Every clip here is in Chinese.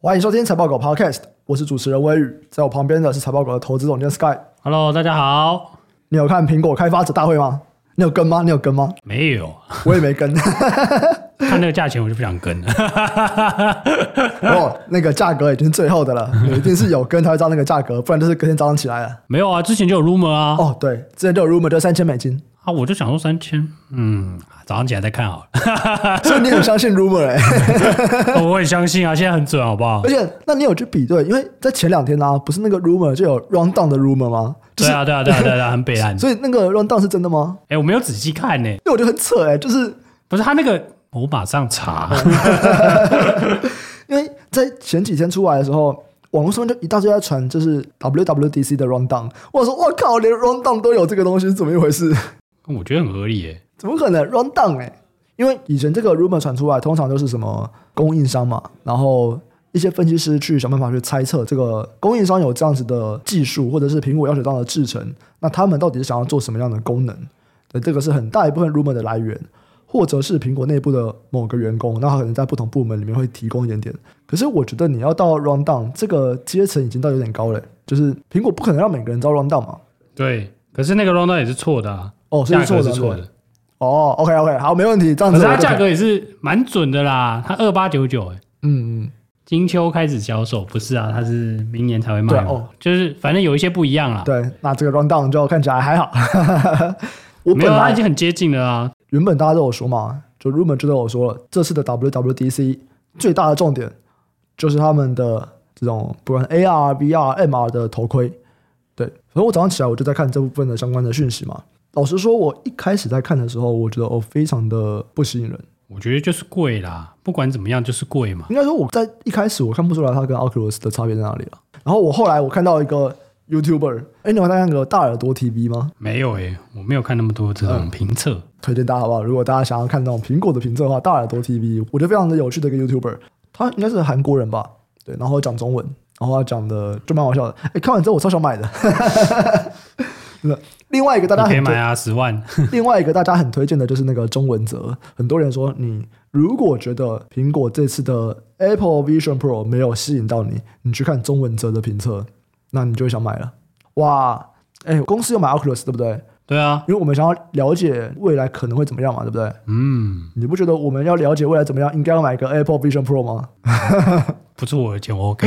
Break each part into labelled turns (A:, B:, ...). A: 欢迎收听财报狗 Podcast，我是主持人微宇，在我旁边的是财报狗的投资总监 Sky。
B: Hello，大家好。
A: 你有看苹果开发者大会吗？你有跟吗？你有跟吗？
B: 没有
A: 我也没跟。
B: 看那个价钱，我就不想跟了。
A: 哦，那个价格已经是最后的了，你一定是有跟才会知道那个价格，不然就是隔天早上起来了。
B: 没有啊，之前就有 rumor 啊。
A: 哦，对，之前就有 rumor 就三千美金，
B: 啊，我就想说三千，嗯，早上起来再看好了。
A: 所以你很相信 rumor 哎、
B: 哦 我很相信啊，现在很准，好不好
A: 而？且，那你有去比对？因为在前两天呢、啊，不是那个 rumor 就有 round down 的 rumor 吗？就
B: 对
A: 是，
B: 啊，对啊，对啊，对啊，很北岸。
A: 所以那个 round down 是真的吗？
B: 哎，我没有仔细看呢、
A: 因为我觉得很扯哎、就是
B: 不是他那个，我马上查。
A: 因为在前几天出来的时候，网络上面就一大堆在传，就是 WWDC 的 round down。我想说，我靠，连 round down 都有这个东西，是怎么一回事？
B: 我觉得很合理耶、
A: 怎么可能 round down 哎、因为以前这个 rumor 传出来，通常就是什么供应商嘛，然后一些分析师去想办法去猜测这个供应商有这样子的技术，或者是苹果要求这样的制程，那他们到底是想要做什么样的功能？对，这个是很大一部分 rumor 的来源，或者是苹果内部的某个员工，那他可能在不同部门里面会提供一点点。可是我觉得你要到 round down 这个阶层已经到有点高了、就是苹果不可能让每个人招 round down 嘛。
B: 对，可是那个 round 也是错的啊，
A: 哦，所
B: 价
A: 以
B: 格
A: 错
B: 是
A: 的，
B: 错的。
A: 哦，OK OK，好，没问题，这样
B: 可
A: 子
B: 是
A: 我
B: 它
A: 就
B: 价
A: 可以
B: 格也是蛮准的啦，它二八九九哎。
A: 嗯嗯，
B: 金秋开始销售，不是啊，它是明年才会卖
A: 对
B: 嘛。
A: 啊哦
B: 就是反正有一些不一样啦。
A: 对，那这个 round down 就看起来还好。 我
B: 没
A: 本
B: 有，它
A: 来
B: 已经很接近了啊。
A: 原本大家都有说嘛，就 rumor 就都有说了，这次的 WWDC 最大的重点就是他们的这种不管 AR、VR、MR 的头盔。对，所以我早上起来我就在看这部分的相关的讯息嘛。老实说，我一开始在看的时候，我觉得哦，非常的不吸引人。
B: 我觉得就是贵啦，不管怎么样就是贵嘛。
A: 应该说我在一开始我看不出来它跟 Oculus 的差别在哪里了。然后我后来我看到一个 YouTuber，哎，你有看那个大耳朵 TV 吗？
B: 没有诶、我没有看那么多这种评测。
A: 推荐大家好不好？如果大家想要看那种苹果的评测的话，大耳朵 TV，我觉得非常的有趣的一个 YouTuber，他应该是韩国人吧？对，然后讲中文，然后他讲的就蛮好笑的。哎，看完之后我超想买的。 真的另外一个大家
B: 你可以
A: 很
B: 买
A: 推，
B: 啊，十万。
A: 另外一个大家很推荐的就是那个中文泽。很多人说，你如果觉得苹果这次的 Apple Vision Pro 没有吸引到你，你去看中文泽的评测，那你就会想买了。哇，哎，公司有买 Oculus 对不对？
B: 对啊，
A: 因为我们想要了解未来可能会怎么样嘛，对不对？
B: 嗯，
A: 你不觉得我们要了解未来怎么样，应该要买个 Apple Vision Pro 吗？
B: 不是我的钱，我 OK。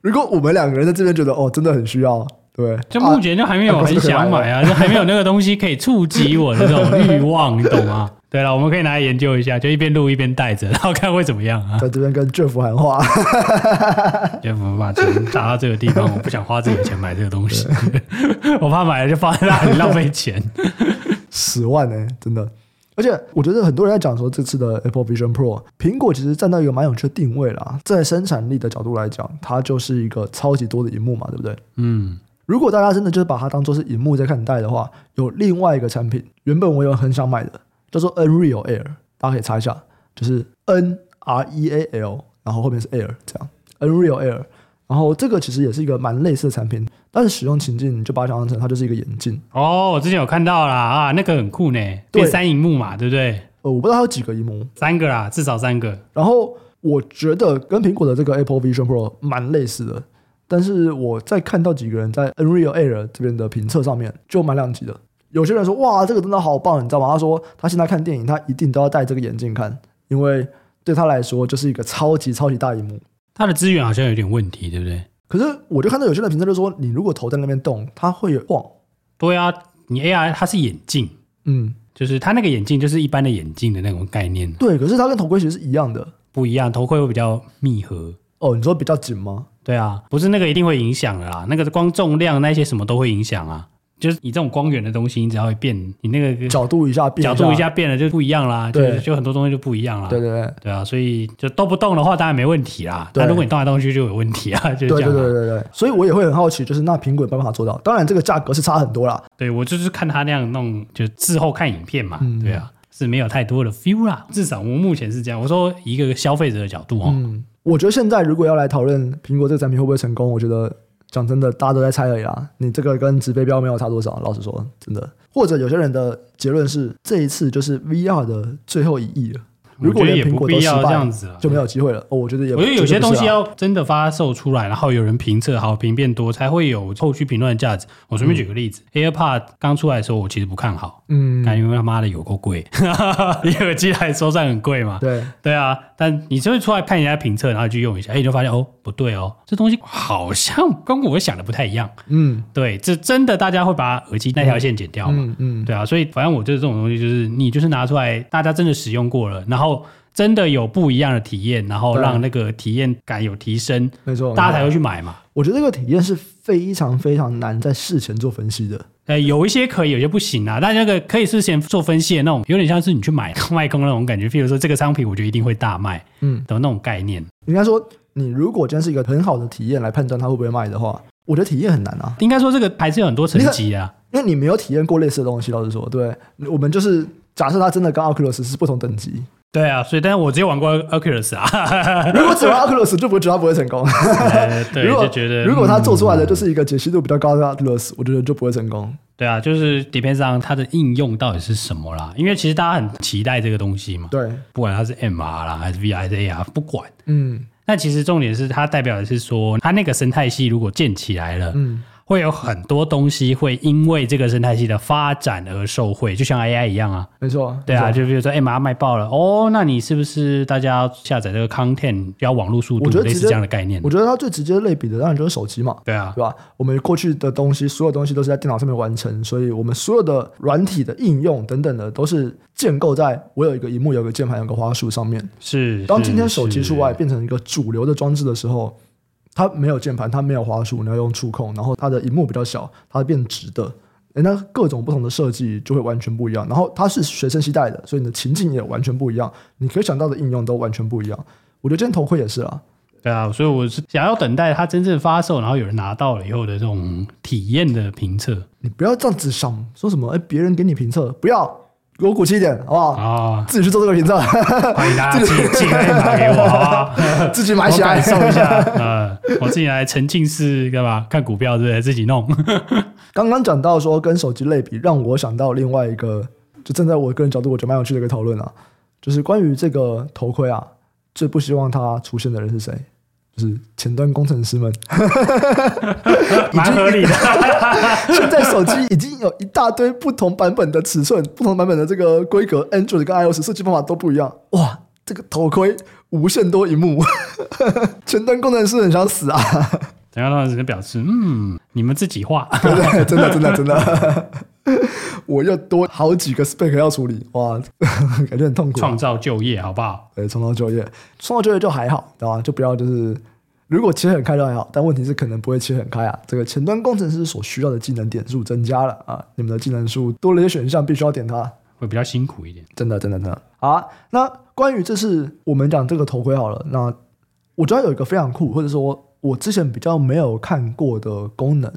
A: 如果我们两个人在这边觉得哦，真的很需要， 对，
B: 就
A: 啊
B: 目前就还没有很想买啊，就还没有那个东西可以触及我的这种欲望，你懂 吗？对了，我们可以拿来研究一下，就一边录一边带着，然后看会怎么样 啊。
A: 在这边跟 Jeff 喊话，
B: 就不把钱砸到这个地方，我不想花自己的钱买这个东 西， 我怕买了就放在那里浪费钱。
A: 十万呢、真的。而且我觉得很多人在讲说，这次的 Apple Vision Pro，苹果其实站到一个蛮有趣的定位啦，在生产力的角度来讲，它就是一个超级多的荧幕嘛，对不对？
B: 嗯，
A: 如果大家真的就是把它当做是荧幕在看待的话，有另外一个产品，原本我有很想买的，叫做 Nreal Air，大家可以查一下，就是 N R E A L，然后后面是 Air 这样，Nreal Air。然后这个其实也是一个蛮类似的产品，但是使用情境你就把它想象成它就是一个眼镜。
B: 哦，我之前有看到啦啊，那个很酷呢，
A: 对
B: 变三荧幕嘛，对不对？
A: 呃，我不知道它有几个荧幕。
B: 三个啦，至少三个。
A: 然后我觉得跟苹果的这个 Apple Vision Pro 蛮类似的，但是我在看到几个人在 Nreal Air 这边的评测上面就蛮两极的。有些人说哇，这个真的好棒，你知道吗？他说他现在看电影，他一定都要戴这个眼镜看，因为对他来说就是一个超级超级大荧幕。
B: 它的资源好像有点问题，对不对？
A: 可是我就看到有些人评测就说，你如果头在那边动，它会晃。
B: 对啊，你 AR 它是眼镜，
A: 嗯，
B: 就是它那个眼镜就是一般的眼镜的那种概念，
A: 对。可是它跟头盔其实是一样的。
B: 不一样，头盔会比较密合。
A: 哦，你说比较紧吗？
B: 对啊，不是那个一定会影响的啦，那个光重量那些什么都会影响啊。就是你这种光源的东西，你只要一变，你那个
A: 角度一下变
B: 角度一，下变了就不一样啦，就
A: 对
B: 是就很多东西就不一样啦。
A: 对对对。
B: 对啊，所以就动不动的话，当然没问题啦。
A: 对
B: 但如果你动来动去就有问题啊， 就是这
A: 对
B: 样
A: 对
B: 啊。
A: 对对对，所以我也会很好奇，就是那苹果有没有办法做到？当然，这个价格是差很多啦。
B: 对我就是看他那样弄，就事后看影片嘛，
A: 嗯
B: 对啊，是没有太多的 feel 啦。至少我目前是这样。我说以一个消费者的角度哦，
A: 嗯，我觉得现在如果要来讨论苹果这个产品会不会成功，我觉得讲真的，大家都在猜而已啦。你这个跟直飞标没有差多少，老实说，真的。或者有些人的结论是，这一次就是 VR 的最后一役了。如果
B: 我觉得也
A: 连苹
B: 不
A: 果
B: 必
A: 都失
B: 要这样
A: 败，
B: 子啊
A: 就没有机会了。哦，我觉得也，
B: 我觉得有
A: 绝对
B: 些
A: 不
B: 东
A: 是
B: 西
A: 啊
B: 要真的发售出来，然后有人评测好评变多，才会有后续评论的价值。我随便举个例子、a i r p o d 刚出来的时候，我其实不看好，
A: 嗯，
B: 但因为他妈的有够贵， 你耳机来说算很贵嘛。
A: 对，
B: 对啊，但你就会出来看人家评测，然后去用一下，哎，你就发现哦，不对哦，这东西好像跟我想的不太一样。
A: 嗯
B: 对，这真的大家会把耳机那条线剪掉嘛？
A: 嗯嗯，
B: 对啊，所以反正我觉得这种东西就是你就是拿出来，大家真的使用过了，然后真的有不一样的体验，然后
A: 对
B: 让那个体验感有提升，
A: 没错，
B: 大家才会去买嘛。
A: 我觉得这个体验是非常非常难在事前做分析的。
B: 呃，有一些可以，有些不行啊。但那个可以事先做分析的那种，有点像是你去买 卖空那种感觉。譬如说，这个商品我觉得一定会大卖
A: 嗯，
B: 的那种概念，
A: 应该说，你如果真是一个很好的体验来判断它会不会卖的话，我觉得体验很难啊，
B: 应该说这个还是有很多层级啊。
A: 因为你没有体验过类似的东西。老实说，对我们就是假设它真的跟 Oculus 是不同等 级，
B: 对啊，所以但是我只有玩过 Oculus 啊，
A: 如果只玩 Oculus 就不觉得它不会成功。
B: 呃 对，
A: 如果
B: 就觉得
A: 如果它做出来的
B: 嗯
A: 就是一个解析度比较高的 Oculus，我觉得就不会成功。
B: 对啊，就是 depends on 它的应用到底是什么啦。因为其实大家很期待这个东西嘛，
A: 对，
B: 不管它是 MR 啦还是 VR 还是 AR，不啊管。
A: 嗯
B: 那其实重点是它代表的是说，它那个生态系如果建起来了，
A: 嗯，
B: 会有很多东西会因为这个生态系的发展而受惠，就像 AI 一样啊。
A: 没错，
B: 对啊，
A: 没错。
B: 就比如说 MR 卖爆了哦，那你是不是大家要下载这个 content 要网络速
A: 我觉得
B: 度，类
A: 直
B: 似
A: 接
B: 这样的概念
A: 我？觉得它最直接类比的当然就是手机嘛，
B: 对啊，
A: 对吧？我们过去的东西，所有东西都是在电脑上面完成，所以我们所有的软体的应用等等的，都是建构在我有一个荧幕、有一个键盘、有个花束上面。
B: 是。
A: 当
B: 是
A: 今天手机出
B: 是
A: 来变成一个主流的装置的时候，它没有键盘，它没有花束，你要用触控，然后它的荧幕比较小，它变直的。诶那各种不同的设计就会完全不一样，然后它是随身携带的，所以你的情境也完全不一样，你可以想到的应用都完全不一样。我觉得今天头盔也是啊，
B: 对啊，所以我是想要等待它真正发售，然后有人拿到了以后的这种体验的评测
A: 你不要这样子想，说什么哎，别人给你评测，不要给我骨气一点，好不好？
B: 啊，
A: 自己去做这个评测，
B: 欢迎大家寄寄 来拿给我，好吧？
A: 自己买起
B: 我
A: 来
B: 感。受一下， 呃，我自己来沉浸式干嘛？看股票对不对？自己 弄，
A: 刚刚讲到说跟手机类比，让我想到另外一个，就站在我个人角度，我觉得蛮有趣的一个讨论啊，就是关于这个头盔啊，最不希望它出现的人是谁？就是前端工程师们。
B: 蛮合理的。
A: 现在手机已经有一大堆不同版本的尺寸、不同版本的这个规格，Android 跟 iOS 设计方法都不一样。哇，这个头盔无限多荧幕， 前端工程师很想死啊！
B: 等下当时表示，嗯，你们自己画，
A: 对不对？真的，真的，真的。 我又多好几个 spec 要处理，哇， 感觉很痛苦。
B: 创造就业，好不好？
A: 对，创造就业，创造就业就还好，对吧？就不要就是，如果切很开就还好，但问题是可能不会切很开啊。这个前端工程师所需要的技能点数增加了啊，你们的技能数多了一些选项，必须要点它。
B: 会比较辛苦一点。
A: 真的，真的，真的。好啊，那关于这次我们讲这个头盔好了，那我知道有一个非常酷，或者说我之前比较没有看过的功能，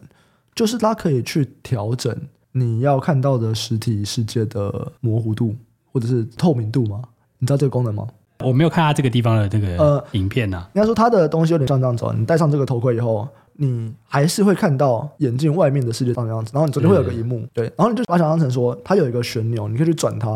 A: 就是它可以去调整你要看到的实体世界的模糊度或者是透明度吗？你知道这个功能吗？
B: 我没有看他这个地方的这个
A: 呃
B: 影片啊呐、
A: 应该说它的东西有点像这样子、哦，你戴上这个头盔以后，你还是会看到眼镜外面的世界上的样子，然后你中间会有个荧幕，对，然后你就把它想象成说它有一个旋钮，你可以去转它，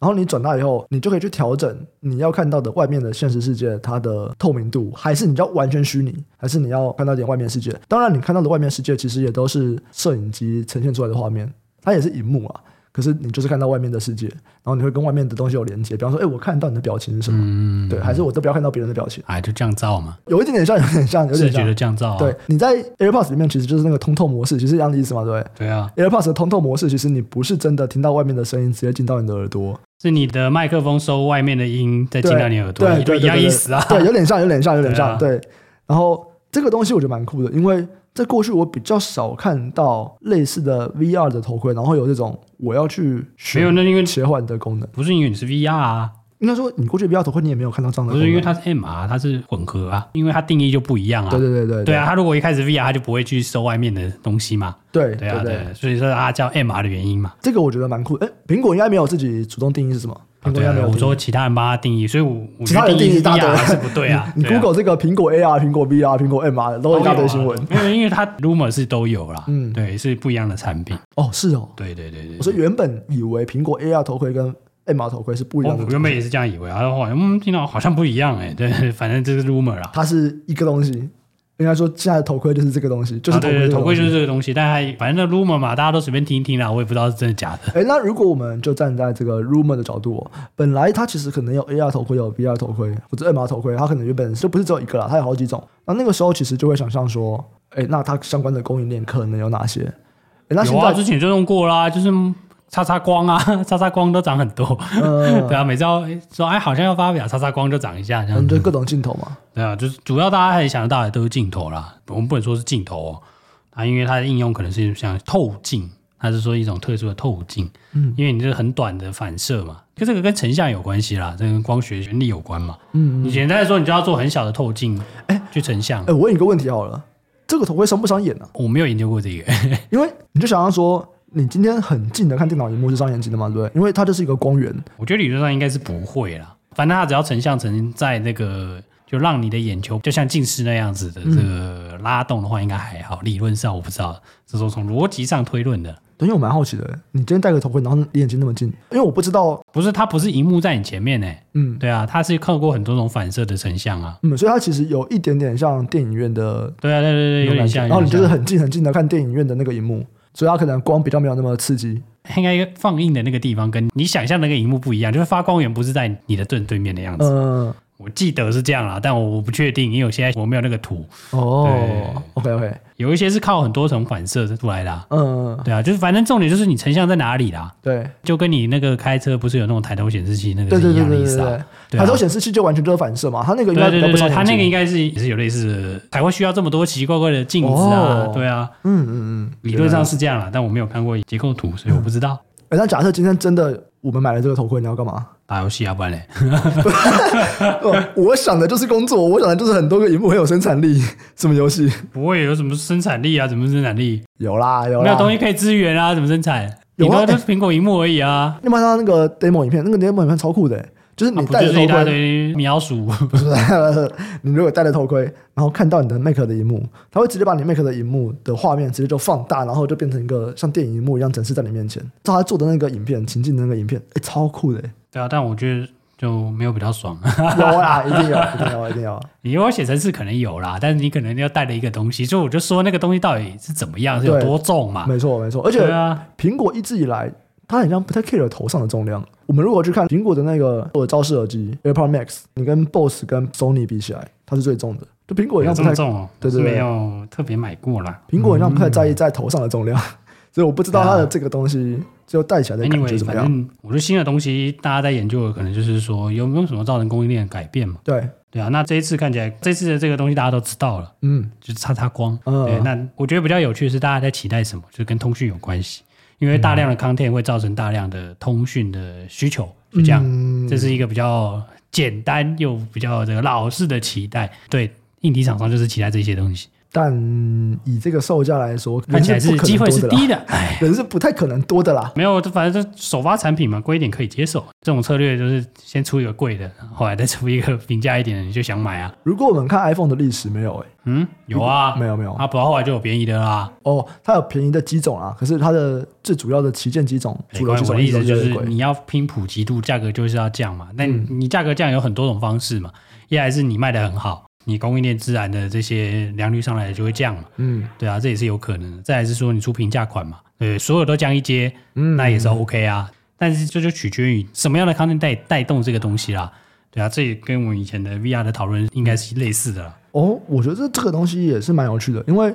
A: 然后你转它以后，你就可以去调整你要看到的外面的现实世界它的透明度，还是你要完全虚拟，还是你要看到一点外面世界？当然，你看到的外面世界其实也都是摄影机呈现出来的画面，它也是荧幕啊。可是你就是看到外面的世界，然呃后你会跟外面的东西有连接，比方说，哎，我看到你的表情是什么？
B: 嗯，
A: 对，还是我都不要看到别人的表情。
B: 哎，就降噪嘛，
A: 有一点点像，有点像，有
B: 视
A: 点
B: 觉
A: 像。
B: 的降噪、啊。
A: 对，你在 AirPods 里面其实就是那个通透模式，其实是一样的意思嘛，对不
B: 对啊，
A: 对？AirPods 的通透模式，其实你不是真的听到外面的声音，直接进到你的耳朵，
B: 是你的麦克风收外面的音，再
A: 对
B: 进到你耳朵，
A: 对，
B: 就
A: 对
B: 一样
A: 对对
B: 意思啊。
A: 对，有点像，有点像，有点
B: 对啊
A: 像，对。然后这个东西我觉得蛮酷的，因为在过去我比较少看到类似的 VR 的头盔，然后有这种我要去
B: 没有，
A: 选
B: 那因为
A: 切换的功能。
B: 不是因为你是 VR 啊，
A: 应该说，你过去 VR 头盔你也没有看到这样的
B: 不
A: 功
B: 是
A: 能，
B: 因为它是 MR，它是混合啊，因为它定义就不一样啊。
A: 对对对对
B: 对啊，它如果一开始 VR，它就不会去收外面的东西嘛。
A: 对
B: 对
A: 对
B: 啊，
A: 对
B: 对，所以说它叫 MR 的原因嘛。
A: 这个我觉得蛮酷的。哎，苹果应该没有自己主动定义是什么？
B: 啊
A: 苹果
B: 对
A: 应该
B: 啊
A: 没，有
B: 我
A: 定义。
B: 说其他人帮他定义，所以我我
A: 其
B: 觉
A: 他
B: 得
A: 人
B: 定义
A: 定义一大
B: VR
A: 堆
B: 还是不对啊。
A: 你
B: 对啊
A: Google 这个苹果 AR、苹果 VR、苹果 MR 都有一大堆新闻
B: 都有啊没有，因为它 rumor 是都有啦，
A: 嗯
B: 啊对，是不一样的产品。
A: 哦，是哦。
B: 对对对
A: 我说
B: 对，
A: 原本以为苹果 AR 头盔跟 M R 头盔是不一样的
B: 我
A: 东西，
B: 原本也是这样以为啊，然后好像嗯，听到好像不一样哎、对，反正这是 rumor 啊啦。
A: 它是一个东西。应该说，现在的头盔就是这个东西，就是
B: 啊
A: 头
B: 对
A: 盔、。
B: 对，头盔就是是这个东西，但还反正那 rumor 嘛，大家都随便听一听啦，我也不知道是真的假的。
A: 哎，那如果我们就站在这个 rumor 的角度、哦，本来它其实可能有 AR 头盔、有 VR 头盔或者 MR 头盔，它可能原本就不是只有一个啦，它有好几种。那那个时候其实就会想象说，哎，那它相关的供应链可能有哪些？哎， 那现
B: 有啊，
A: 在
B: 之前就用过啦，就是擦擦光啊， 擦擦光都涨很多。
A: 嗯，
B: 对啊，每次要诶说哎，好像要发表，擦擦光就涨一下这
A: 可
B: 样
A: 能
B: 子。
A: 就各种镜头嘛。
B: 对啊，就是主要大家很想得到的都是镜头啦，我们不能说是镜头哦，啊，因为它的应用可能是像透镜，它是说一种特殊的透镜，
A: 嗯，
B: 因为你这很短的反射嘛，跟这个跟成像有关系啦，这跟光学原理有关嘛。
A: 嗯，
B: 你简单来说，你就要做很小的透镜，哎，去成像。
A: 哎，我问你一个问题好了，这个头盔伤不伤眼呢、
B: 我没有研究过这个，
A: 因为你就想象说，你今天很近的看电脑荧幕是伤眼睛的嘛，对不对？因为它就是一个光源。
B: 我觉得理论上应该是不会啦，反正它只要成像成在那个，就让你的眼球就像近视那样子的
A: 嗯
B: 这个拉动的话，应该还好。理论上我不知道，这是我从逻辑上推论的，
A: 对，因为我蛮好奇的，你今天戴个头盔，然后离眼睛那么近，因为我不知道，
B: 不是它不是荧幕在你前面呢、
A: 嗯
B: 对啊，它是透过很多种反射的成像啊，
A: 嗯，所以它其实有一点点像电影院的
B: 对啊，对对对，有
A: 那种感
B: 点
A: 觉
B: 像。
A: 然后你就
B: 有
A: 是
B: 点
A: 很近很近的看电影院的那个荧幕，所以它可能光比较没有那么刺激。
B: 像应该放映的那个地方跟你想象的那个荧幕不一样，就是发光源不是在你的正对面的样子。
A: 嗯、
B: 我记得是这样啦，但我我不确定，因为我现在我没有那个图。
A: 哦，OK OK，
B: 有一些是靠很多层反射出来的啊、
A: 嗯、
B: 对啊，就是反正重点就是你成像在哪里啦，
A: 对，
B: 就跟你那个开车不是有那种抬头显示器那个
A: 对
B: 是
A: 对
B: 一
A: 对
B: 样的
A: 对
B: 意
A: 对
B: 思啊。
A: 对，
B: 对
A: 抬
B: 啊
A: 头显示器就完全就是反射嘛，它那个
B: 对
A: 应该比
B: 对
A: 较
B: 对
A: 不伤
B: 对，
A: 眼睛。
B: 它那个应该是也是有类似的，才会需要这么多奇奇怪怪的镜子啊
A: 哦，
B: 对啊，
A: 嗯嗯嗯，
B: 理论上是这样啦，但我没有看过结构图，所以我不 知道。
A: 哎，那假设今天真的我们买了这个头盔，你要干嘛？
B: 打游戏啊，不然嘞，
A: 哦我想的就是工作，我想的就是很多个荧幕很有生产力，什么游戏
B: 不会有什么生产力啊？怎么生产力？
A: 有啦有啦，
B: 没有东西可以支援啊？怎么生产？
A: 有
B: 顶
A: 啊
B: 多就是苹果荧幕而已啊，
A: 你有没有看到那个 demo 影片？那个 demo 影片超酷的、欸就是
B: 啊
A: 你
B: 不
A: 戴
B: 就
A: 着
B: 是一
A: 头
B: 大
A: 盔，
B: 堆 秒数？
A: 不是 你如果戴着头盔，然后看到你的 Mac 的荧幕，它会直接把你 Mac 的荧幕的画面直接就放大，然后就变成一个像电影荧幕一样展示在你面前。照他做的那个影片情境的那个影片，哎、超酷 的、
B: 对啊，但我觉得就没有比较爽。
A: 有啦，一定有，一定有，一定有。
B: 你如果写程式可能有啦，但是你可能要带了一个东西，所以我就说那个东西到底是怎么样，是有
A: 对
B: 多重嘛？
A: 没错，没错。而且
B: 对啊，
A: 苹果一直以来，它好像不太 care 头上的重量。我们如果去看苹果的那个我招式耳机 AirPod Max，你跟 BOSS 跟 Sony 比起来，它是最重的。就苹果好
B: 有
A: 像
B: 这
A: 不
B: 么
A: 太，
B: 重哦，
A: 对对对
B: 是没有特别买过啦。
A: 苹果好像不太在意在头上的重量，所以我不知道它的这个东西就戴起来的感觉
B: Anyway，
A: 怎么
B: 反
A: 样。
B: 正我觉得新的东西，大家在研究的可能就是说有没有什么造成供应链的改变嘛？
A: 对，
B: 对啊，那这一次看起来，这次的这个东西大家都知道了，
A: 嗯，
B: 就是擦擦光。
A: 嗯
B: 对，那我觉得比较有趣的是大家在期待什么，就是跟通讯有关系，因
A: 嗯
B: 为大量的 content 会造成大量的通讯的需求，就这样。
A: 嗯
B: 这是一个比较简单又比较这个老式的期待。对，硬体厂商就是期待这些东西，
A: 但以这个售价来说，
B: 看起来
A: 人是
B: 是
A: 不可
B: 机
A: 能
B: 会
A: 多
B: 是
A: 的啦，
B: 低的。哎，
A: 人是不太可能多的啦。
B: 没有，反正这首发产品嘛，贵一点可以接受。这种策略就是先出一个贵的，后来再出一个平价一点的，你就想买啊。
A: 如果我们看 iPhone 的历史，没有哎、
B: 嗯，有啊，
A: 没有没有
B: 啊，不然后来就有便宜的啦。
A: 哦，它有便宜的几种啊，可是它的最主要的旗舰几种，
B: 没
A: 主流
B: 哎
A: 几
B: 关系我
A: 种
B: 的
A: 一
B: 意
A: 直都越
B: 思就
A: 来越
B: 是
A: 贵。嗯
B: 你要拼普及度，价格就是要降嘛。那你你价格降有很多种方式嘛，一来是你卖的很好，你供应链自然的这些良率上来就会降嘛。
A: 嗯，
B: 对啊，这也是有可能的。再来是说你出平价款嘛，对，所有都降一阶，
A: 嗯
B: 那也是 OK 啊。但是这就取决于什么样的 content 带带动这个东西啦。对啊，这也跟我们以前的 VR 的讨论应该是类似的啦。
A: 哦，我觉得这这个东西也是蛮有趣的，因为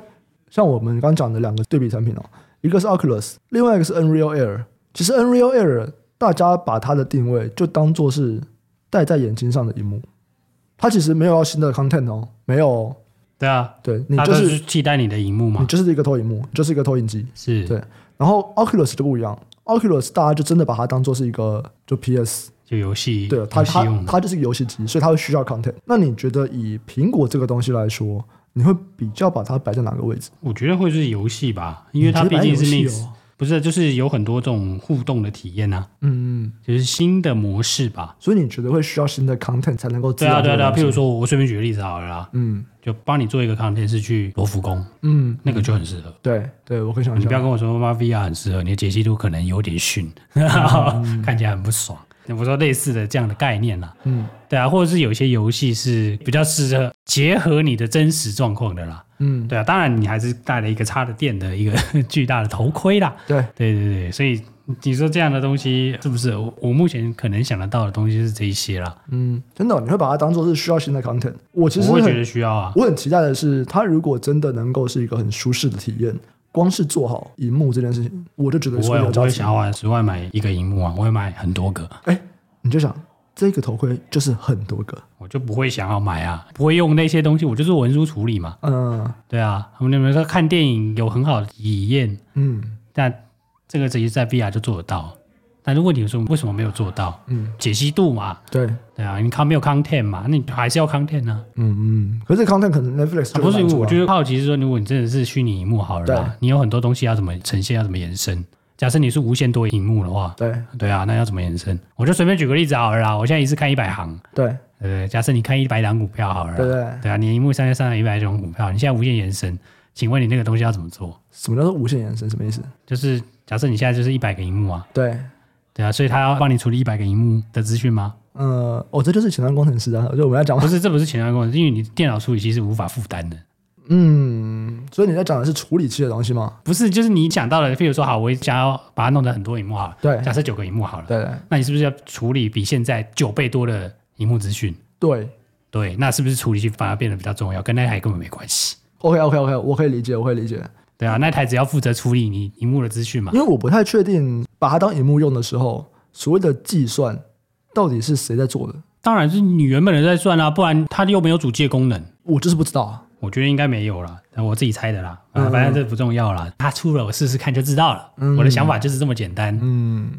A: 像我们刚讲的两个对比产品哦，一个是 Oculus，另外一个是 Unreal Air。其实 Unreal Air 大家把它的定位就当做是戴在眼睛上的一幕，它其实没有要新的 content 哦，没有哦、
B: 对啊，
A: 对你
B: 它
A: 就
B: 就是是替代你的荧幕
A: 你
B: 嘛，
A: 就是一个投影幕，你就是一个投影机。
B: 是
A: 对然后 Oculus 就不一样，Oculus 大家就真的把它当做是一个就 PS
B: 就游戏
A: 对，啊它
B: 游戏
A: 它
B: 用的。
A: 它就是一个游戏机，所以它会需要 content。那你觉得以苹果这个东西来说，你会比较把它摆在哪个位置？
B: 我觉得会是游戏吧，因为它
A: 你觉
B: 毕
A: 得
B: 竟是
A: 摆游戏
B: mix，、
A: 哦
B: 不是啊就是有很多这种互动的体验啊，
A: 嗯，嗯
B: 就是新的模式吧。
A: 所以你觉得会需要新的 content 才能够滋
B: 对啊，
A: 养
B: 对啊，
A: 这
B: 对
A: 个
B: 啊。
A: 东
B: 譬
A: 西
B: 如，说，我随便举个例子好了啦，
A: 嗯
B: 就帮你做一个 content 是去罗浮宫，
A: 嗯，
B: 那个就很适合。
A: 对对，我可以想
B: 你不要
A: 象。
B: 跟我说妈 VR 很适合，你的解析度可能有点逊，看起来很不爽。我说类似的这样的概念啦，
A: 嗯
B: 对啊，或者是有些游戏是比较适合结合你的真实状况的啦，
A: 嗯，
B: 对啊，当然你还是戴了一个插着电的一个 巨大的头盔啦，
A: 对，
B: 对对对，所以你说这样的东西是不是？我我目前可能想得到的东西是这一些啦，
A: 嗯，真的，你会把它当做是需要新的 content。我其实
B: 我会觉
A: 很
B: 得需要啊，
A: 我很期待的是，它如果真的能够是一个很舒适的体验，光是做好荧幕这件事情，我就觉得
B: 不
A: 是
B: 会，啊
A: 有
B: 我
A: 价
B: 会
A: 值
B: 想。要玩十万买一个荧幕啊，我会买很多个，
A: 哎，你就想这个头盔就是很多个，
B: 我就不会想要买啊，不会用那些东西，我就是文书处理嘛，
A: 嗯
B: 对啊，他们那边说看电影有很好的体验，
A: 嗯
B: 但这个直接在 VR 就做得到。但是问题是为什么没有做到？
A: 嗯，
B: 解析度嘛，
A: 对，
B: 对啊，你看没有 content 嘛，那你还是要 content 呢、
A: 嗯嗯。可是 content 可能 Netflix
B: 啊。
A: 就
B: 不是，
A: 满足
B: 我
A: 了
B: 就是好奇是说，如果你真的是虚拟荧幕好了啦，你有很多东西要怎么呈现，要怎么延伸？假设你是无限多荧幕的话，
A: 对
B: 对啊，那要怎么延伸？我就随便举个例子好了啦，我现在一次看一百行，
A: 对
B: 对不对？假设你看一百档股票好了啦，
A: 对对，
B: 对啊，你荧幕上面上了一百种股票，你现在无限延伸，请问你那个东西要怎么做？
A: 什么叫做无限延伸？什么意思？
B: 就是假设你现在就是一百个荧幕啊，
A: 对，
B: 对啊，所以他要帮你处理一百个荧幕的资讯吗？
A: 呃，哦，这就是前端工程师啊，就我们要讲
B: 不是，这不是前端工程，因为你电脑处理器是无法负担的。
A: 嗯，所以你在讲的是处理器的东西吗？
B: 不是，就是你想到了，譬如说，好，我想要把它弄得很多荧幕好了，
A: 对
B: 假设九个荧幕好了，
A: 对对
B: 那你是不是要处理比现在九倍多的荧幕资讯？
A: 对
B: 对，那是不是处理器反而变得比较重要？跟那台根本没关系。
A: ，OK OK OK，我可以理解，我可以理解。
B: 对啊，那台只要负责处理你荧幕的资讯嘛。
A: 因为我不太确定把它当荧幕用的时候，所谓的计算到底是谁在做的，
B: 当然是你原本的在算啦、不然它又没有主界功能。
A: 我就是不知道啊。
B: 我觉得应该没有啦，但我自己猜的啦，
A: 嗯
B: 啊，反正这不重要啦。它出了，我试试看就知道了。我的想法就是这么简单。
A: 嗯，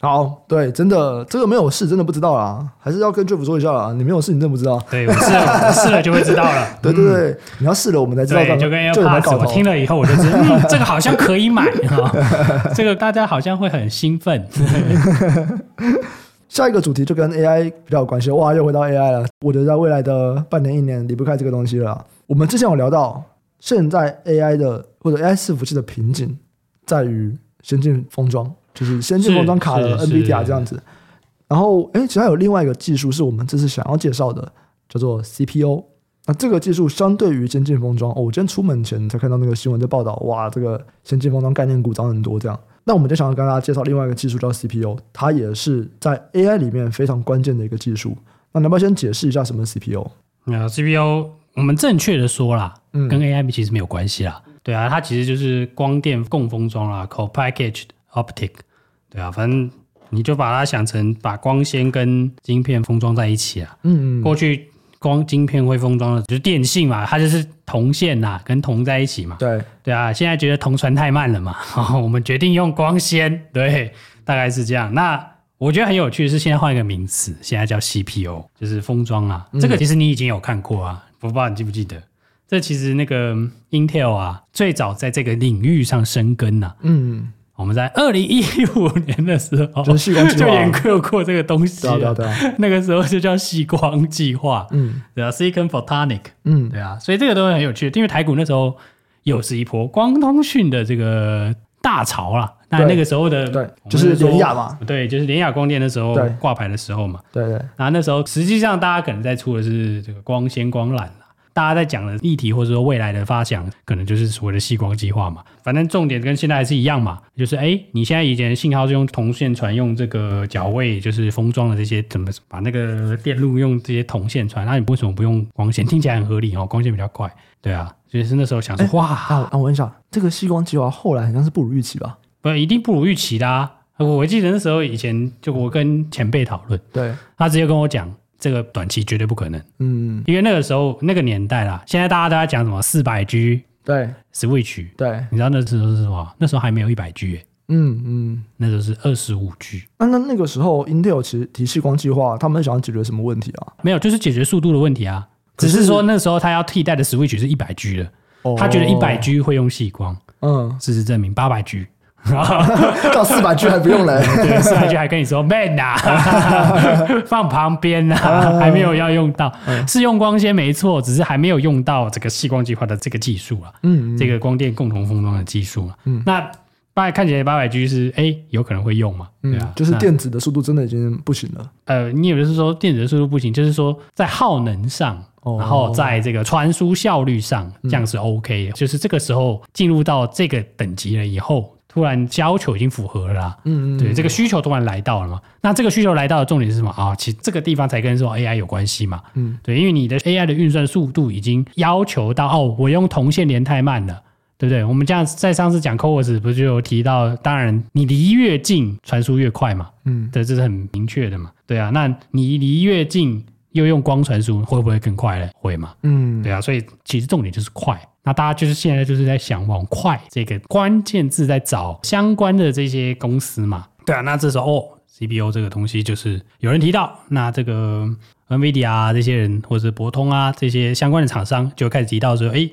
A: 好，对，真的这个没有事，真的不知道啦，还是要跟 Jeff 说一下啦。你没有事，你真的不知道。
B: 对，我试了， 我试了就会知道了。
A: 对对对，你要试了，我们才知道
B: 对，
A: 到底
B: 就跟
A: 就有没有
B: AirPods，
A: 搞
B: 我
A: 头
B: 听。了以后我就 知道，嗯，这个好像可以买 哈、这个大家好像会很兴奋。
A: 下一个主题就跟 AI 比较有关系，哇，又回到 AI 了。我觉得在未来的半年一年离不开这个东西了。我们之前有聊到，现在 AI 的或者 AI 伺服器的瓶颈在于先进封装，就是先进封装卡了
B: 是是
A: NVIDIA 这样子。然后，哎，其实还有另外一个技术是我们这次想要介绍的，叫做 CPO。那这个技术相对于先进封装，哦，我今天出门前才看到那个新闻在报道，哇，这个先进封装概念股涨很多这样。那我们就想要跟大家介绍另外一个技术叫 CPU，它也是在 AI 里面非常关键的一个技术。那能不能先解释一下什么是 CPU？
B: 呃，CPU，我们正确的说啦，
A: 嗯
B: 跟 AI 其实没有关系啦。对啊，它其实就是光电共封装啦 （co-packaged optic）。对啊，反正你就把它想成把光纤跟晶片封装在一起啊。
A: 嗯嗯，
B: 过去光晶片会封装的，就是电信嘛，它就是铜线呐、跟铜在一起嘛。
A: 对，
B: 对啊，现在觉得铜传太慢了嘛， 我们决定用光纤。对，大概是这样。那我觉得很有趣的是，现在换一个名词，现在叫 CPO，就是封装啊。
A: 嗯
B: 这个其实你已经有看过啊，我不知道你记不记得？这其实那个嗯 Intel 啊，最早在这个领域上生根呐、
A: 嗯，
B: 我们在二零一五年的时候，
A: 哦 就是细光计划啊
B: 就研究过这个东西
A: 对啊对啊
B: 了。
A: 对啊，
B: 那个时候就叫细光计划，
A: 嗯
B: 对啊，Silicon Photonic，
A: 嗯
B: 对啊，所以这个都很有趣，因为台股那时候又是一波光通讯的这个大潮啦。那
A: 对
B: 那个时候的
A: 对
B: 我们
A: 就是
B: 说
A: 联雅嘛，
B: 对，就是联雅光电那时候
A: 对
B: 挂牌的时候嘛。
A: 对对，
B: 那那时候实际上大家可能在出的是这个光纤光缆啦。大家在讲的议题或者说未来的发想，可能就是所谓的细光计划嘛。反正重点跟现在还是一样嘛，就是哎，诶你现在以前信号是用铜线传，用这个脚位就是封装的这些，怎么把那个电路用这些铜线传？那你为什么不用光纤？听起来很合理哦，光纤比较快。对啊，就是那时候想说，哇，
A: 啊，那我问一下，这个细光计划后来好像是不如预期吧？
B: 不一定不如预期啦、我记得那时候以前就我跟前辈讨论，
A: 对，
B: 他直接跟我讲，这个短期绝对不可能。
A: 嗯，
B: 因为那个时候那个年代啦，现在大家都在讲什么四百 G
A: 对
B: Switch，
A: 对，
B: 你知道那时候是什么？那时候还没有一百 G，、欸、
A: 嗯嗯。
B: 那时候是二十五 G，
A: 那那那个时候，Intel 其实提细光计划，他们想要解决什么问题啊？
B: 没有，就是解决速度的问题啊。
A: 可
B: 只
A: 是
B: 是说那时候他要替代的 Switch 是一百 G 的，哦他觉得一
A: 哦
B: 百，G 会用细光，
A: 嗯，
B: 事实证明八百 G。
A: 到四百 G 还不用嘞。
B: 对，四百 G 还跟你说 man 呐、啊， 放旁边呐、啊，还没有要用到，
A: 嗯
B: 是用光纤没错，只是还没有用到这个细光计划的这个技术啊。
A: 嗯，
B: 这个光电共同封装的技术嘛。那八看起来八百 G 是哎、有可能会用嘛？ 对啊
A: 嗯，，就是
B: 那
A: 电子的速度真的已经不行了。
B: 呃，你也不是说电子的速度不行，就是说在耗能上，
A: 哦嗯
B: 然后在这个传输效率上，这样是 OK 的。就是这个时候进入到这个等级了以后，突然要求已经符合了啦。
A: 嗯嗯，
B: 对，这个需求突然来到了嘛？那这个需求来到的重点是什么啊？其实这个地方才跟说 AI 有关系嘛。
A: 嗯，
B: 对，因为你的 AI 的运算速度已经要求到哦，我用铜线连太慢了。对不对？我们这样在上次讲 c o o s 不是就有提到，当然你离越近传输越快嘛，
A: 嗯，
B: 对，这是很明确的嘛。对啊，那你离越近又用光传输，会不会更快嘞？会嘛？
A: 嗯，
B: 对啊，所以其实重点就是快。那大家就是现在就是在想往快这个关键字在找相关的这些公司嘛。对啊，那这时候哦，CPU 这个东西就是有人提到，那这个 NVIDIA 啊这些人或者是博通啊这些相关的厂商就开始提到说，诶，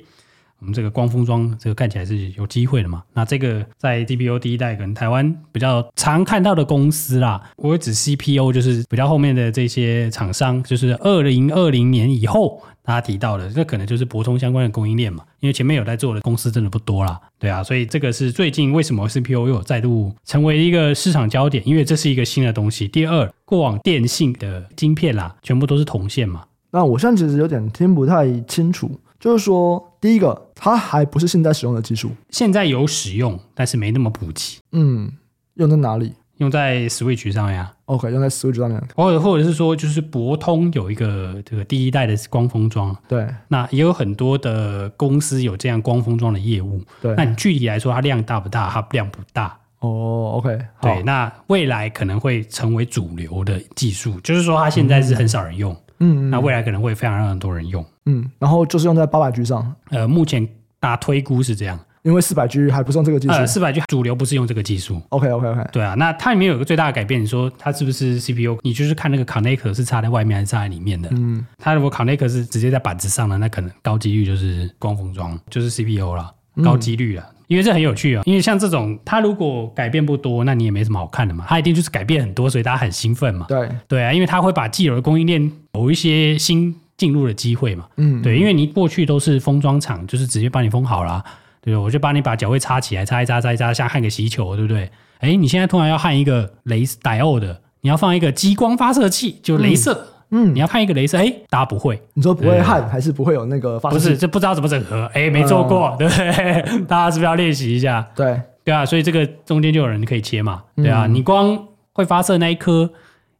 B: 我们这个光封装这个看起来是有机会的嘛。那这个在 CPU 第一代可能台湾比较常看到的公司啦，我会指 CPU 就是比较后面的这些厂商，就是二零二零年以后大家提到的，这可能就是博通相关的供应链嘛，因为前面有在做的公司真的不多啦，对啊，所以这个是最近为什么 CPU 又有再度成为一个市场焦点，因为这是一个新的东西。第二，过往电信的晶片啦，全部都是铜线嘛，
A: 那我现在其实有点听不太清楚，就是说，第一个，它还不是现在使用的技术，
B: 现在有使用，但是没那么普及，
A: 嗯，用在哪里
B: 用在 Switch 上呀。
A: ？OK，用在 Switch 上面，
B: 或者或者是说，就是博通有一个这个第一代的光封装，
A: 对
B: 那也有很多的公司有这样光封装的业务。
A: 对
B: 那，你具体来说，它量大不大？它量不大。
A: 哦，OK，好
B: 对，，那未来可能会成为主流的技术，就是说它现在是很少人用，
A: 嗯
B: 那
A: 嗯
B: 未来可能会非常让很多人用。
A: 嗯，然后就是用在八百 G 上，
B: 呃，目前大家推估是这样，
A: 因为四百 G 还不是用这个技术
B: 呃，四百 G 主流不是用这个技术。
A: ，OK OK OK，
B: 对啊，那它里面有一个最大的改变，你说它是不是 CPU？你就是看那个 connector 是插在外面还是插在里面的。
A: 嗯，
B: 它如果 connect 是直接在板子上的，那可能高几率就是光封装，就是 CPU 啦，高几率啦。因为这很有趣啊，因为像这种，它如果改变不多，那你也没什么好看的嘛。它一定就是改变很多，所以大家很兴奋嘛。
A: 对，
B: 对啊，因为它会把既有的供应链有一些新进入的机会嘛。
A: 嗯，
B: 对，因为你过去都是封装厂，就是直接帮你封好啦，对不对？我就帮你把脚位插起来，插一插，插一插，像焊个锡球，对不对？哎，你现在突然要焊一个雷戴欧的，你要放一个激光发射器，就镭射。
A: 嗯
B: 你，要看一个镭射，哎，大家不会，
A: 你说不会
B: 对
A: 焊还是啊哦不会有那个发
B: 嗯不
A: 射器？
B: 是这不知道怎么整合，哎，没做过，对不对？ 大家是不是要练习一下？
A: 对，
B: 对啊，所以这个中间就有人可以切嘛，
A: 嗯
B: 对啊，你光会发射那一颗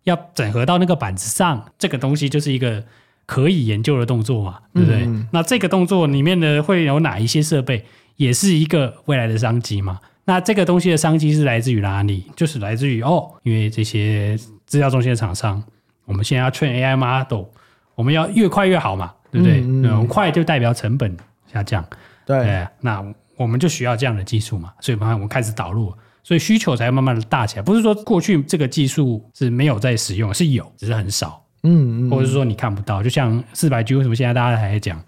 B: 要整合到那个板子上，这个东西就是一个可以研究的动作嘛，对不对？
A: 嗯
B: 那这个动作里面呢，会有哪一些设备，也是一个未来的商机嘛？那这个东西的商机是来自于哪里？就是来自于哦，因为这些资料中心的厂商，我们现在要 train AI model，我们要越快越好嘛，对不对？
A: 嗯嗯
B: 嗯快就代表成本下降。
A: 对，
B: 对，哎那我们就需要这样的技术嘛，所以慢慢我们开始导入，所以需求才慢慢的大起来。不是说过去这个技术是没有在使用，是有，只是很少，
A: 嗯
B: 或
A: 嗯，
B: 者是说你看不到。就像四百 G，为什么现在大家还在讲？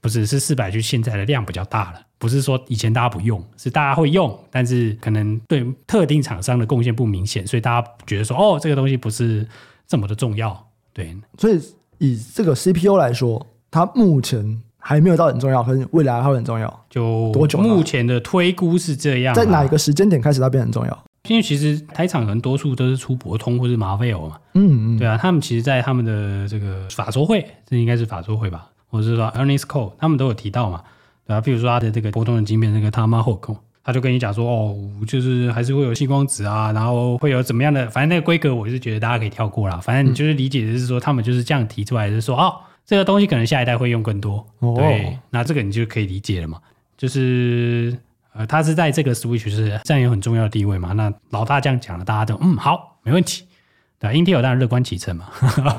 B: 不是，是四百 G 现在的量比较大了，不是说以前大家不用，是大家会用，但是可能对特定厂商的贡献不明显，所以大家觉得说，哦，这个东西不是这么的重要。对，
A: 所以以这个 CPU 来说，它目前还没有到很重要，可是未来还会很重要。
B: 就
A: 多久呢
B: 目前的推估是这样啊，
A: 在哪一个时间点开始它变得很重要？
B: 因为其实台厂很多数都是出博通或是马菲尔嘛，
A: 嗯嗯，
B: 对啊，他们其实，在他们的这个法说会，这应该是法说会吧，或者是说 Ernest Cole，他们都有提到嘛，对啊，譬如说他的这个波动的晶片那个 Tomahawk，他就跟你讲说，哦，就是还是会有细光子啊，然后会有怎么样的，反正那个规格我是觉得大家可以跳过啦，反正你就是理解的是说，他们就是这样提出来，就是说，哦，这个东西可能下一代会用更多，
A: 哦
B: 对，那这个你就可以理解了嘛，就是。呃，它是在这个 Switch 是占有很重要的地位嘛？那老大这样讲了，大家都嗯好，没问题。对啊，Intel 当然乐观其成嘛。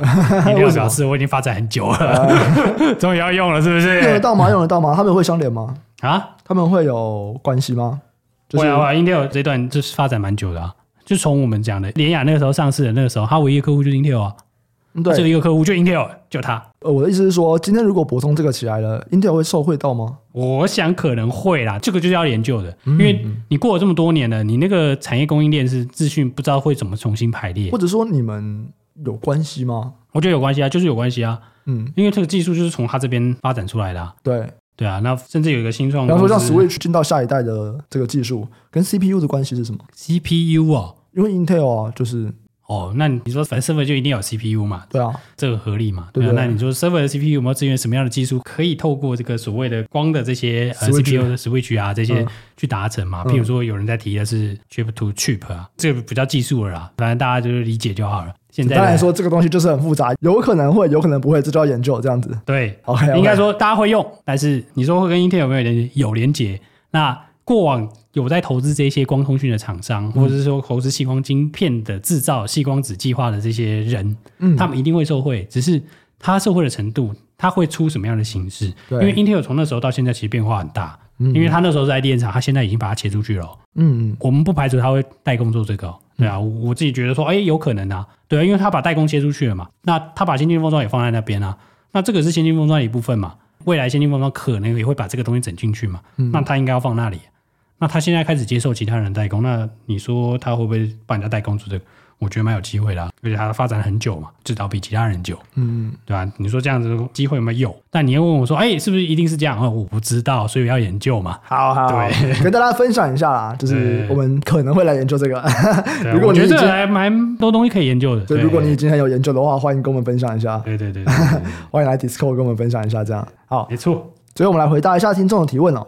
B: Intel 表示我已经发展很久了，终于要用了，是不
A: 用得
B: 是？
A: 到吗？用得到吗？他们会相连吗？
B: 啊，
A: 他们会有关系吗？就是
B: 会啊会啊，Intel 这段就是发展蛮久的啊。就从我们讲的联雅那个时候上市的那个时候，它唯一的客户就是 Intel 啊，
A: 嗯
B: 只有
A: 对，
B: 一个客户就 Intel，就它。
A: 呃我的意思是说，今天如果博通这个起来了，Intel 会受惠到吗？
B: 我想可能会啦，这个就是要研究的，
A: 嗯
B: 因为你过了这么多年了，你那个产业供应链是资讯不知道会怎么重新排列
A: 或，者说你们有关系吗？
B: 我觉得有关系啊，就是有关系啊，
A: 嗯，
B: 因为这个技术就是从它这边发展出来的、啊。
A: 对，
B: 对啊，那甚至有一个新创
A: 比方说像
B: 公司
A: Switch 进到下一代的这个技术，跟 CPU 的关系是什么？
B: CPU 哦，
A: 因为 Intel 啊，就是
B: 哦，那你说反正 server 就一定要有 CPU 嘛，
A: 对啊，
B: 这个合理嘛？
A: 对
B: 对
A: 不
B: 啊，
A: 对
B: 那你说 server 的 CPU 有没有支援什么样的技术，可以透过这个所谓的光的这些呃
A: Switch
B: CPU 的 switch 啊这些
A: 嗯
B: 去达成嘛？
A: 嗯
B: 譬如说有人在提的是 chip to chip 啊，这个比较技术了啦，反正大家就是理解就好了。现在
A: 当然
B: 的
A: 说这个东西就是很复杂，有可能会，有可能不会，这就要研究这样子。
B: 对
A: OK，
B: 应该说大家会用，但是你说会跟 Intel 有没有连接？有连接。那过往有在投资这些光通讯的厂商，
A: 嗯
B: 或者是说投资细光晶片的制造、细光子计划的这些人，
A: 嗯
B: 他们一定会受贿，只是他受贿的程度，他会出什么样的形式？因
A: 对
B: 为 Intel 从那时候到现在其实变化很大，因为他那时候是 IDM 厂，他现在已经把它切出去了哦。
A: 嗯，
B: 我们不排除他会代工做这个哦、对啊，我我自己觉得说，哎，有可能啊，对啊，因为他把代工切出去了嘛，那他把先进封装也放在那边啊，那这个是先进封装的一部分嘛，未来先进封装可能也会把这个东西整进去嘛，
A: 嗯
B: 那他应该要放那里，那他现在开始接受其他人的代工，那你说他会不会帮人家代工做这个？我觉得蛮有机会的啊、而且他发展很久嘛，至少比其他人久，
A: 嗯，
B: 对吧、你说这样子机会有没有？有但你又问我说，哎，是不是一定是这样？哦，我不知道，所以要研究嘛。
A: 好好， 跟大家分享一下啦，就是
B: 对
A: 我们可能会来研究这个。
B: 对啊
A: 如果
B: 我
A: 你
B: 觉
A: 已
B: 得这
A: 经
B: 个还蛮多东西可以研究的。
A: 对，如果你已经很有研究的话，欢迎跟我们分享一下，
B: 对对对，对对对
A: 欢迎来 Discord 跟我们分享一下。这样好，
B: 没错。
A: 所以我们来回答一下听众的提问哦。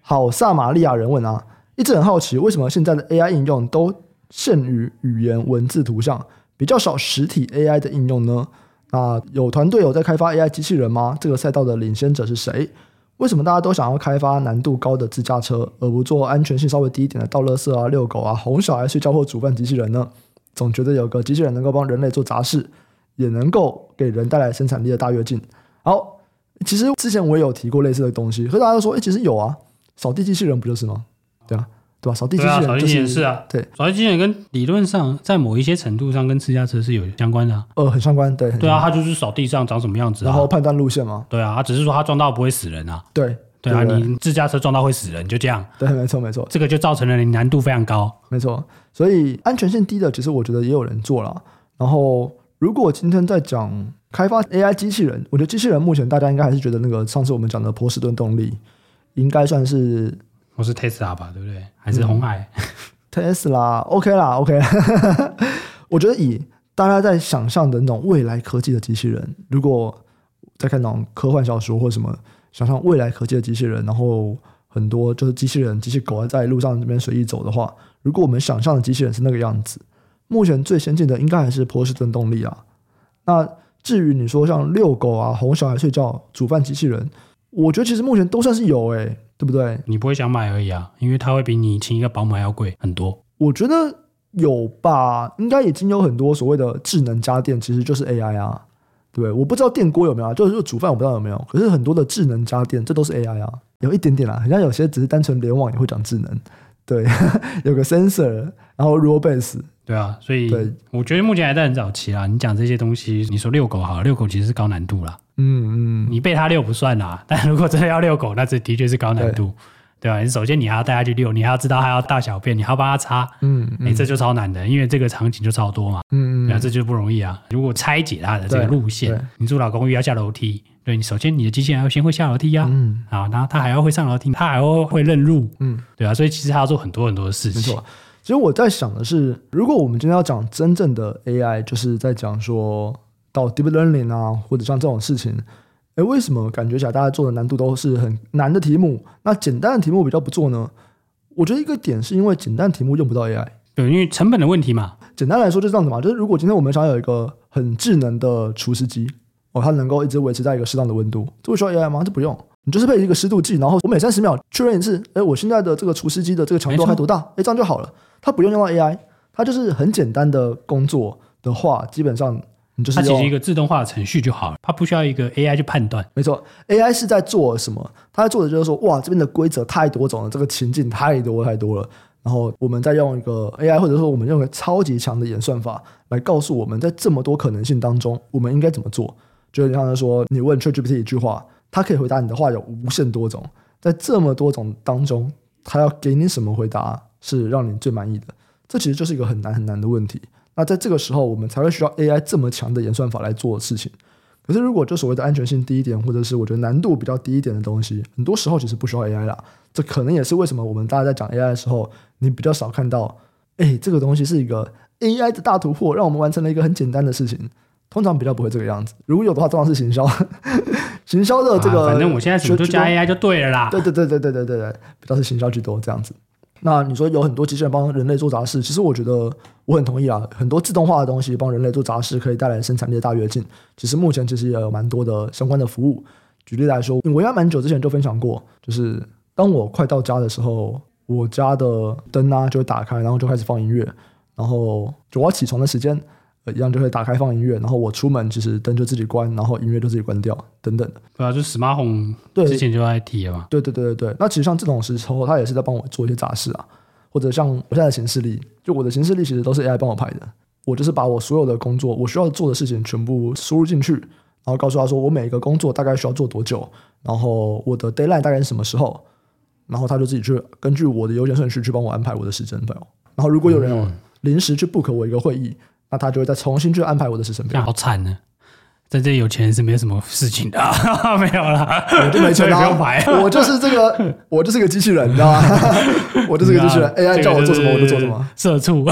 A: 好，撒玛利亚人问啊，一直很好奇，为什么现在的 AI 应用都限于语言、文字、图像，比较少实体 AI 的应用呢？那有团队有在开发 AI 机器人吗？这个赛道的领先者是谁？为什么大家都想要开发难度高的自驾车，而不做安全性稍微低一点的倒垃圾啊、遛狗啊、哄小孩睡觉或煮饭机器人呢？总觉得有个机器人能够帮人类做杂事，也能够给人带来生产力的大跃进。好，其实之前我也有提过类似的东西，可是大家都说，哎、其实有啊，扫地机器人不就是吗？对啊，对吧、扫地机
B: 对
A: 器
B: 啊，
A: 人、就是、
B: 扫地机器人是啊，
A: 对，
B: 扫地机器人跟理论上在某一些程度上跟私家车是有相关的啊。
A: 呃，很相关，对，很
B: 对
A: 相
B: 啊，
A: 关，
B: 它就是扫地上长什么样子
A: 然
B: 啊
A: 后。判断路线嘛，
B: 对啊，它只是说它撞到不会死人啊。
A: 对，
B: 对啊，
A: 对对
B: 你自驾车撞到会死人，就这样，
A: 对，没错，没错，
B: 这个就造成了你难度非常高。
A: 没错。所以安全性低的，其实我觉得也有人做了。然后，如果今天在讲开发 AI 机器人，我觉得机器人目前大家应该还是觉得那个上次我们讲的波士顿动力，应该算是
B: 我是 Tesla 吧，对不对？还是
A: 嗯
B: 红海？
A: Tesla OK 啦，OK 啦。我觉得以大家在想象的那种未来科技的机器人，如果在看那种科幻小说或什么，想象未来科技的机器人，然后很多就是机器人、机器狗啊在路上这边随意走的话，如果我们想象的机器人是那个样子，目前最先进的应该还是波士顿动力啊。那至于你说像遛狗啊、哄小孩睡觉、煮饭机器人，我觉得其实目前都算是有诶、对不对？
B: 你不会想买而已啊，因为它会比你请一个保姆还要贵很多。
A: 我觉得有吧，应该已经有很多所谓的智能家电，其实就是 AI 啊，对不对？我不知道电锅有没有、啊，就是煮饭我不知道有没有，可是很多的智能家电这都是 AI 啊，有一点点啦，好像有些只是单纯联网也会讲智能，对， 有个 sensor，然后 roll base，
B: 对啊，所以
A: 对
B: 我觉得目前还在很早期啦。你讲这些东西，你说遛狗好了，遛狗其实是高难度啦。
A: 嗯嗯，
B: 你被他遛不算啦，但如果真的要遛狗，那这的确是高难度，对吧、你首先你还要带它去遛，你还要知道它要大小便，你还要帮它擦，
A: 嗯
B: 哎、这就超难的，因为这个场景就超多嘛，
A: 嗯
B: 对啊，
A: 嗯，
B: 这就不容易啊。如果拆解它的这个
A: 对
B: 路
A: 对
B: 线，你住老公寓要下楼梯，对你首先你的机器人要先会下楼梯呀、啊，
A: 嗯
B: 然后它还要会上楼梯，它还要会认路，
A: 嗯，
B: 对啊，所以其实它要做很多很多的事
A: 没
B: 情
A: 错，。其实我在想的是，如果我们今天要讲真正的 AI，就是在讲说到 deep learning 啊，或者像这种事情，诶，为什么感觉起来大家做的难度都是很难的题目？那简单的题目比较不做呢？我觉得一个点是因为简单的题目用不到 AI。
B: 对，因为成本的问题嘛，
A: 简单来说就是这样子嘛，就是如果今天我们想要有一个很智能的除湿机，哦，它能够一直维持在一个适当的温度，这会需要 AI 吗？这不用，你就是配一个湿度计，然后我每三十秒确认一次，哎，我现在的这个除湿机的这个强
B: 没
A: 度
B: 错
A: 还多大？哎，这样就好了，它不用用到 AI，它就是很简单的工作的话，基本上你就是
B: 它其实一
A: 用。
B: 个自动化的程序就好了，它不需要一个 AI 去判断。
A: 没错，AI 是在做什么？它在做的就是说，哇，这边的规则太多种了，这个情境太多太多了。然后我们再用一个 AI，或者说我们用一个超级强的演算法来告诉我们，在这么多可能性当中，我们应该怎么做。就有点像是说，你问 ChatGPT 一句话，它可以回答你的话有无限多种，在这么多种当中，它要给你什么回答是让你最满意的？这其实就是一个很难很难的问题。那在这个时候，我们才会需要 AI 这么强的演算法来做事情。可是如果就所谓的安全性低一点，或者是我觉得难度比较低一点的东西，很多时候其实不需要 AI 啦。这可能也是为什么我们大家在讲 AI 的时候，你比较少看到，哎，这个东西是一个 AI 的大突破，让我们完成了一个很简单的事情。通常比较不会这个样子，如果有的话，通常是行销， 行销的呃这个、
B: 啊反正我现在什么都加 AI 就对了啦。
A: 对对对对对对对对，比较是行销居多这样子。那你说有很多机器人帮人类做杂事，其实我觉得我很同意啊。很多自动化的东西帮人类做杂事，可以带来生产力的大跃进。其实目前其实也有蛮多的相关的服务。举例来说，我应该蛮久之前就分享过，就是当我快到家的时候，我家的灯啊就会打开，然后就开始放音乐，然后就我要起床的时间，呃一样就会打开放音乐，然后我出门其实灯就自己关，然后音乐就自己关掉，等等。
B: 对啊，就 Smart Home
A: 对
B: 之前就在提了嘛。
A: 对对对对对，那其实像这种时候，他也是在帮我做一些杂事啊，或者像我现在的行事历，就我的行事历其实都是 AI 帮我排的，我就是把我所有的工作，我需要做的事情全部输入进去，然后告诉他说我每个工作大概需要做多久，然后我的 deadline 大概是什么时候，然后他就自己去根据我的优先顺序去帮我安排我的时间表，然后如果有人有临时去 book 我一个会议，那他就会再重新去安排我的时程
B: 这样
A: 表，
B: 好惨呢、在这里有钱人是没有什么事情的、 啊，没有啦，
A: 我就没
B: 所
A: 钱
B: 以不
A: 啊
B: 用排。
A: 我就是这 个，我就是个机器人，你知道吗？ 我就是个机器人
B: 对啊
A: ，AI 叫我做什么我就做什么。，
B: 这个是社 畜，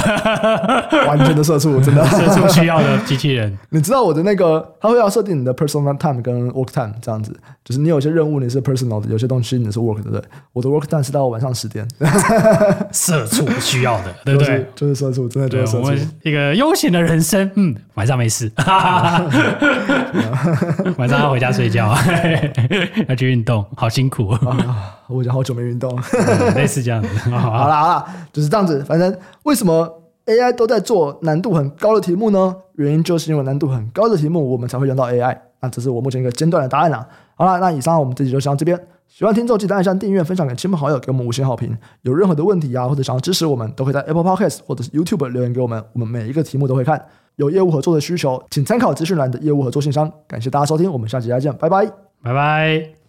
A: 完全的社畜，真 的。
B: 社畜需要的机器人。
A: 你知道我的那个，他会要设定你的 personal time 跟 work time 这样子，就是你有些任务你是 personal 的，有些东西你是 work 的，对不对？我的 work time 是到晚上十点，
B: 社畜需要的，对不
A: 就
B: 哎对
A: 是？就是社畜，真的就是
B: 对，
A: 社
B: 我
A: 畜。
B: 们一个悠闲的人生，嗯，晚上 没事，晚上要回家睡 觉， 要去运动，好辛苦，
A: 啊，我已经好久没运动了。
B: 嗯 类似这样子。
A: 好啦好啦，就是这样子。反正为什么 AI 都在做难度很高的题目呢？原因就是因为难度很高的题目，我们才会用到 AI。那这是我目前一个简短的答案啦、好啦，那以上我们这集就先到这边。喜欢听众记得按下订阅、分享给亲朋好友，给我们五星好评。有任何的问题啊，或者想要支持我们，都可以在 Apple Podcast 或者是 YouTube 留言给我们，我们每一个题目都会看。有业务合作的需求，请参考资讯栏的业务合作信箱。感谢大家收听，我们下期再见，拜拜。
B: 拜拜。